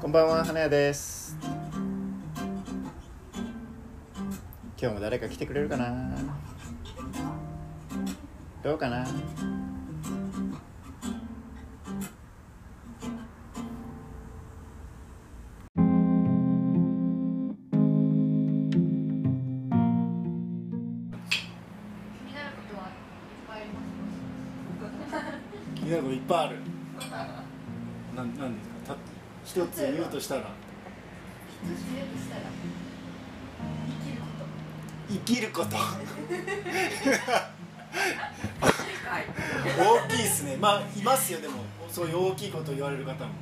こんばんは、花屋です。今日も誰か来てくれるかな。どうかな。気になることはいっぱいあります気になることいっぱいあるなんなんですかた一つ言うとしたら一つ言うとしたら生きること生きることはい大きいですねまあいますよでもそういう大きいことを言われる方も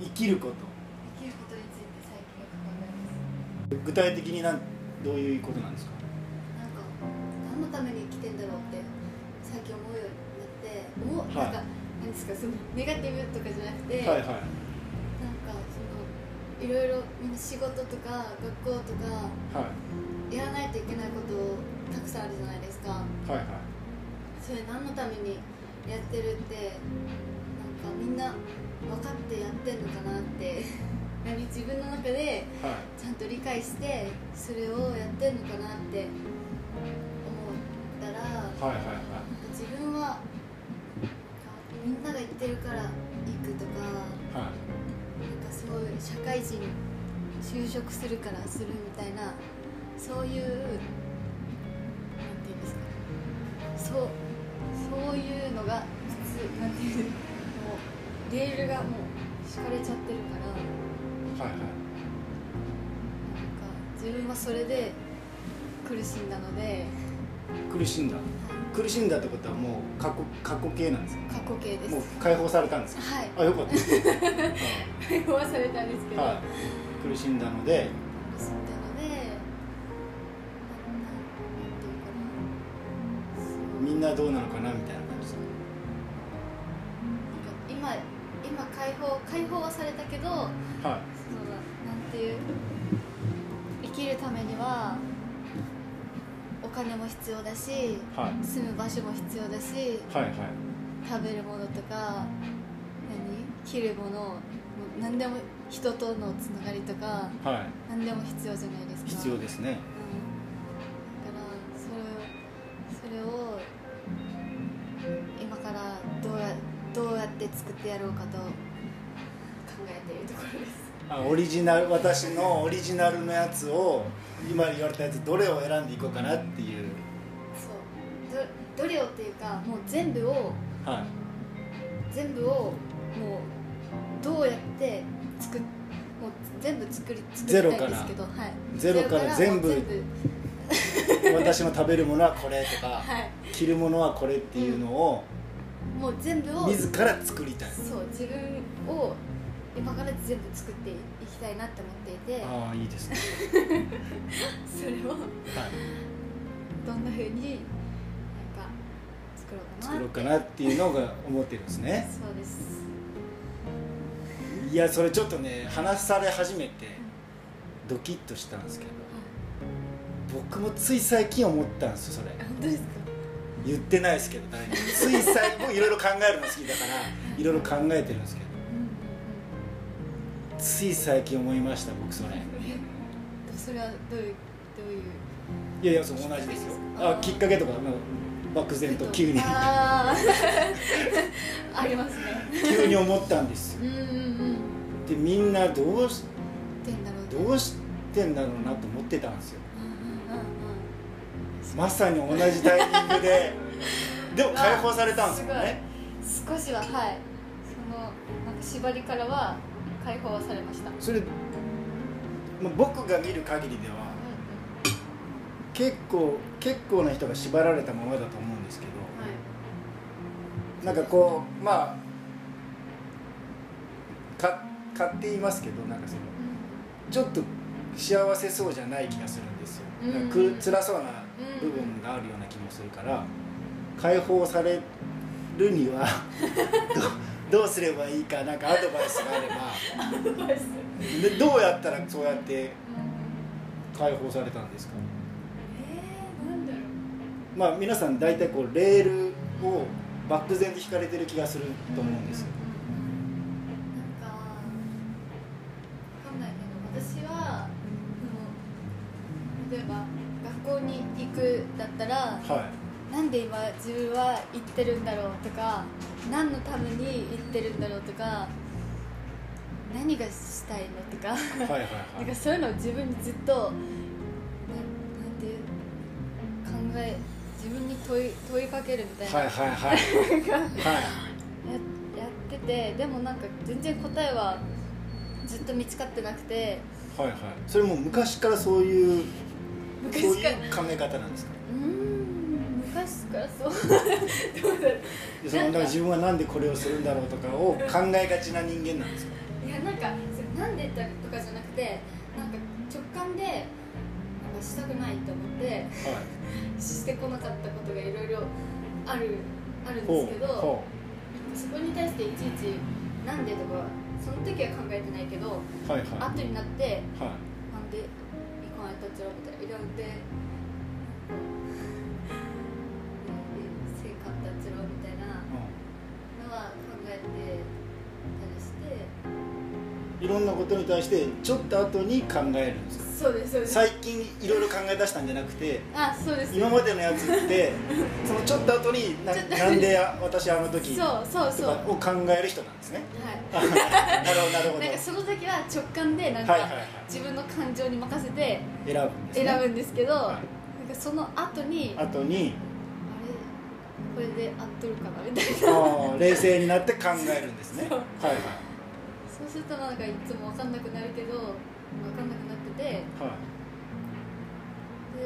生きること生きることについて最近よく考えます具体的になんどういうことなんですかなんか何のために生きてんだろうって最近思うようになって思う、はいなんか何ですかそのネガティブとかじゃなくて、はいなんかはいそのいろいろみんな仕事とか学校とかはいやらないといけないことたくさんあるじゃないですかはいはいそれ何のためにやってるってなんかみんな分かってやってんのかなって何自分の中ではいちゃんと理解してそれをやってんのかなって思ったらはいはいはい自分はなんかみんなが言ってるから行くとかなはいんかそういう社会人就職するからするみたいなそういうなんて言うんですかそうそういうのが普通なんていうのもうレールがもう敷かれちゃってるからなんかはいはい自分はそれで苦しんだので苦しんだ苦しんだってことはもう過去過去形なんです過去形ですもう解放されたんですかはいあよかっ たです解放はされたんですけど、はい苦しんだので知ったので、なんなんていうかな、そうみんなどうなのかなみたいな感じですかなんか今今解放解放はされたけど、そのはいなんていう生きるためにはお金も必要だし、はい住む場所も必要だし、はいはい食べるものとか何着るもの、もう何でも人とのつながりとかは何でも必要じゃないですいか。必要ですねうんだからそれをそれを今からどうやどうやって作ってやろうかと考えているところですあオリジナル私のオリジナルのやつを今言われたやつどれを選んでいこうかなっていうそうどどれをっていうかもう全部をは全部をもうどうやって作っもう全部作り作ゼロりかたいらんですけどはいゼロから全部ゼロからもうい私の食べるものはこれとか、はい着るものはこれっていうのをもう全部を自ら作りたいそう自分を今から全部作っていきたいなって思っていてああいいですね、それをはい、どんな風になんか作ろうかな作ろうかなっていうのが思ってるんですねそうですいやそれちょっとね話され始めてドキッとしたんですけど僕もつい最近思ったんですよそれあ本当ですか言ってないですけど誰にもつい最後いろいろ考えるの好きだからいろいろ考えてるんですけどうんうんつい最近思いました僕それうんそれはどういうどういういやいやそう同じですよあきっかけとかもう漠然と急にあー ありますね急に思ったんですようんうんうんでみんなどうしどうやってんだろうってどうしてんだろうなと思ってたんですようんうんうんまさに同じタイミング ででも解放されたんですよわあすねうん少しははいそのなんか縛りからは解放はされましたそれ、まあ、僕が見る限りではは結構結構な人が縛られたままだと思うんですけど、いなんかこうまあか買って言いますけどなんかそのちょっと幸せそうじゃない気がするんですよ、うんなんかく辛そうなうん部分があるような気もするから解放されるに はどどうすればいいかなんかアドバイスがあればでどうやったらそうやって 解放されたんですかえー、なんだろうまあ皆さん大体こうレールを漠然と引かれてる気がすると思うんですようんうんったらはなんで今自分は行ってるんだろうとか何のために行ってるんだろうとか何がしたいのとかいはいはいなんはいかそういうのを自分にずっとななんていう考え自分に問い問いかけるみたいな、はいはいはいはいややっててでもなんか全然答えはずっと見つかってなくてはいはいそれもう昔からそういうそう昔いかうらう考え方なんですかーん昔からそう どうだろうでそのだから自分はなんでこれをするんだろうとかを考えがちな人間なんですかいやなんかそれなんでだとかじゃなくてなんか直感でなんかしたくないと思ってはいしてこなかったことがいろいろあるあるんでほすけうどほそこに対していちいちなんでとかその時は考えてないけどうはいはいは後になっていなんで行かないとちゃうみたいないらんで成果たちろうみたいなのは考えてたりしてうんいろんなことに対してちょっと後に考えるんですかそうですそうです最近いろいろ考え出したんじゃなくてあそうです今までのやつってそのちょっと後になちょっとなんで私あの時そとうそうそうかを考える人なんですねはあなるほどなるほい どなんかその時は直感でなんか、はいはいはい自分の感情に任せて選ぶんですね選ぶんですけど、はなんかその後にあれ後 にこれで合っとるかなみたいなあー冷静になって考えるんですねそうはいはいそうするとなんかいつも分かんなくなるけど分かんなくなっててはいで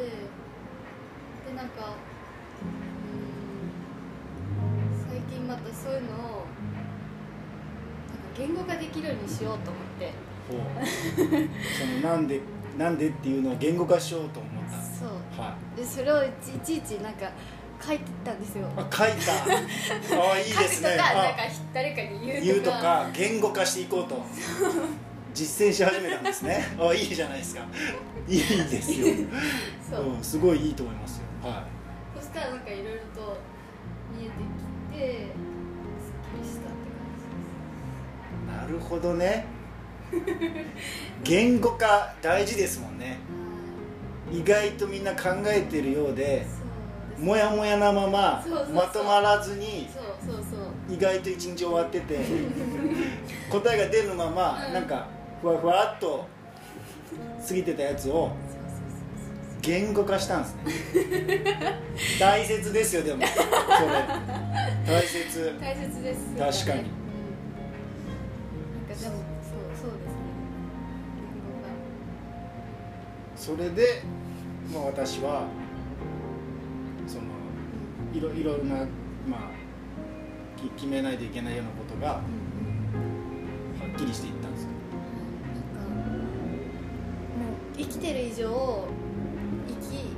でなんかうーん最近またそういうのをなんか言語化できるようにしようと思ってほうそのなんでなんでっていうのを言語化しようと思ったんですそうはいでそれをいちいちいちなんか書いてたんですよあ書い たああいいで書くすとかねなんかあ誰かに言うとか言うとか言語化していこうと実践し始めたんですねあいいじゃないですかいいですよ、そう、うん、すごいいいと思いますよはそしたらなんかいろいろと見えてきてすっきりしたって感じでいなるほどね言語化大事ですもんね意外とみんな考えてるようではいそうすですモヤモヤなままそうそうそうまとまらずにそうそうそう意外と一日終わって て答えが出るまま、うんなんかふわふわっと過ぎてたやつそをうそうそう言語化したんですね 大切ですよでもそれ大切そう大切ですよね確かうにん、なんかでもそうそうですね言それで、まあ、私はそのいろいろな、まあ、き決めないといけないようなことがは語がうんっきりしていったんですよなんかもう生きてる以上生き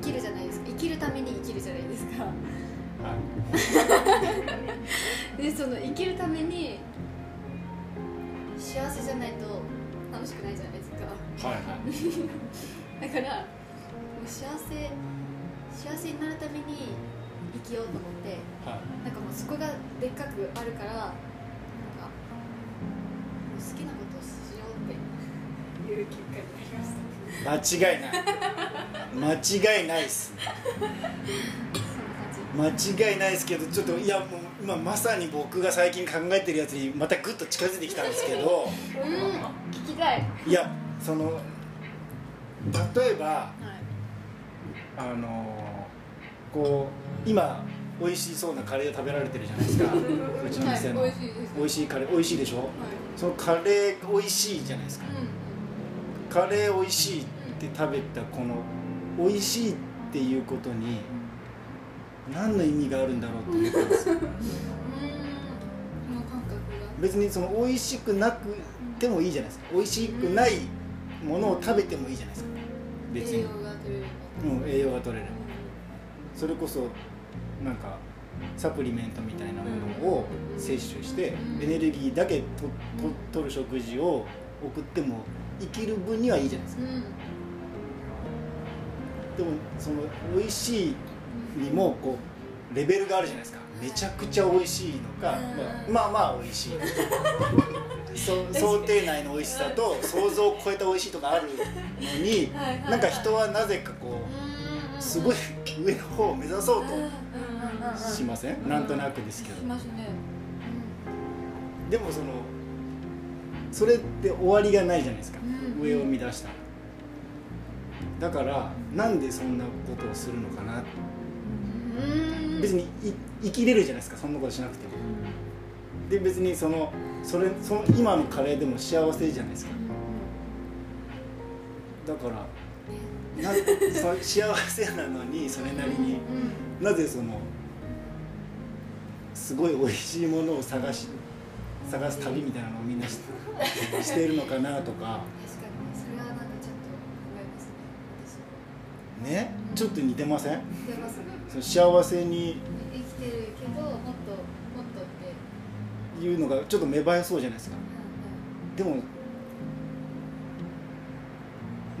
生きるじゃないですか生きるために生きるじゃないですか はいでその生きるために幸せじゃないと楽しくないじゃないですかはいはいだからもう幸せ幸せになるために生きようと思ってはいなんかもうそこがでっかくあるからなんかもう好きなことをしようっていう結果になりました間違い ない間違いないっすそんな感じ間違いないですけどちょっといやもう今まさに僕が最近考えてるやつにまたグッと近づいてきたんですけどうん、聞きたい。はい。いやその例えばあのこう今美味しそうなカレーを食べられてるじゃないですかうちの店の、はい美味しいです美味しいカレー美味しいでしょそのカレー美味しいじゃないですかカレー美味しいって食べたこの美味しいっていうことに何の意味があるんだろうって思ったんですようん。うん。この感覚が。別にその美味しくなくてもいいじゃないですか美味しくないものを食べてもいいじゃないですか別栄に養が取れる。うん栄養が取れるそれこそなんかサプリメントみたいなものを摂取してうんエネルギーだけとと取る食事を送っても生きる分にはいいじゃないですかうん。うん。でもその美味しいにもこうレベルがあるじゃないですかめちゃくちゃ美味しいのかうんまあまあまあ美味しい そう想定内の美味しさと想像を超えた美味しいとかあるのにはいはいはいなんか人はなぜかこうん。うすごい上の方を目指そううんうんとうんうんしませんなんとなくですけしどますねでもそのそれって終わりがないじゃないですかうん上を乱しただからなんでそんなことをするのかなうん別にい生きれるじゃないですかそんなことしなくてもで別にそのそれその今のカレーでも幸せじゃないですかだからな そ幸せなのにそれなりになぜそのすごい美味しいものを探し探す旅みたいなのをみんなし しているの確かにそかなとかれはなんかちょっと考えますねねちょっと似てません私出ますねその幸せに生きてるけどもっともっとって言うのがちょっと芽生えそうじゃないですかでも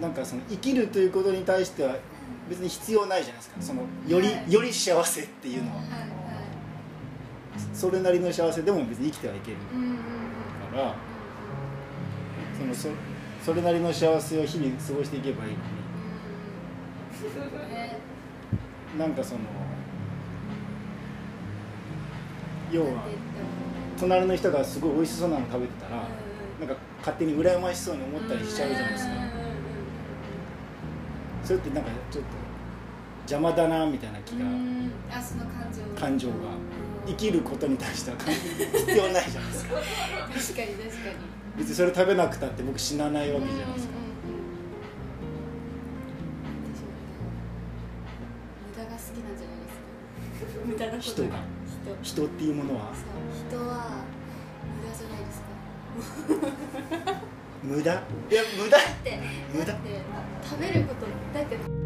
なんかその生きるということに対しては別に必要ないじゃないですかそのよりはいより幸せっていうのははいはいそれなりの幸せでも別に生きてはいけるうんうんうんからそのそそれなりの幸せを日々過ごしていけばいいのにうんねなんかその要なはんて言って隣の人がすごい美味しそうなの食べてたらなんか勝手に羨ましそうに思もったりしちゃうじゃないですかうんうんうんうんそれってなんかちょっと邪魔だなみたいな気がうんあその感情感情が生きることに対しては感 必要ないじゃないですか確かに確かに別にそれ食べなくたって僕死なないわけじゃないですか無駄が好きなんじゃないですか。無駄なこと人が人。人っていうものはそう人は無駄じゃないですか。無駄いや無駄だって無駄だって食べることだって食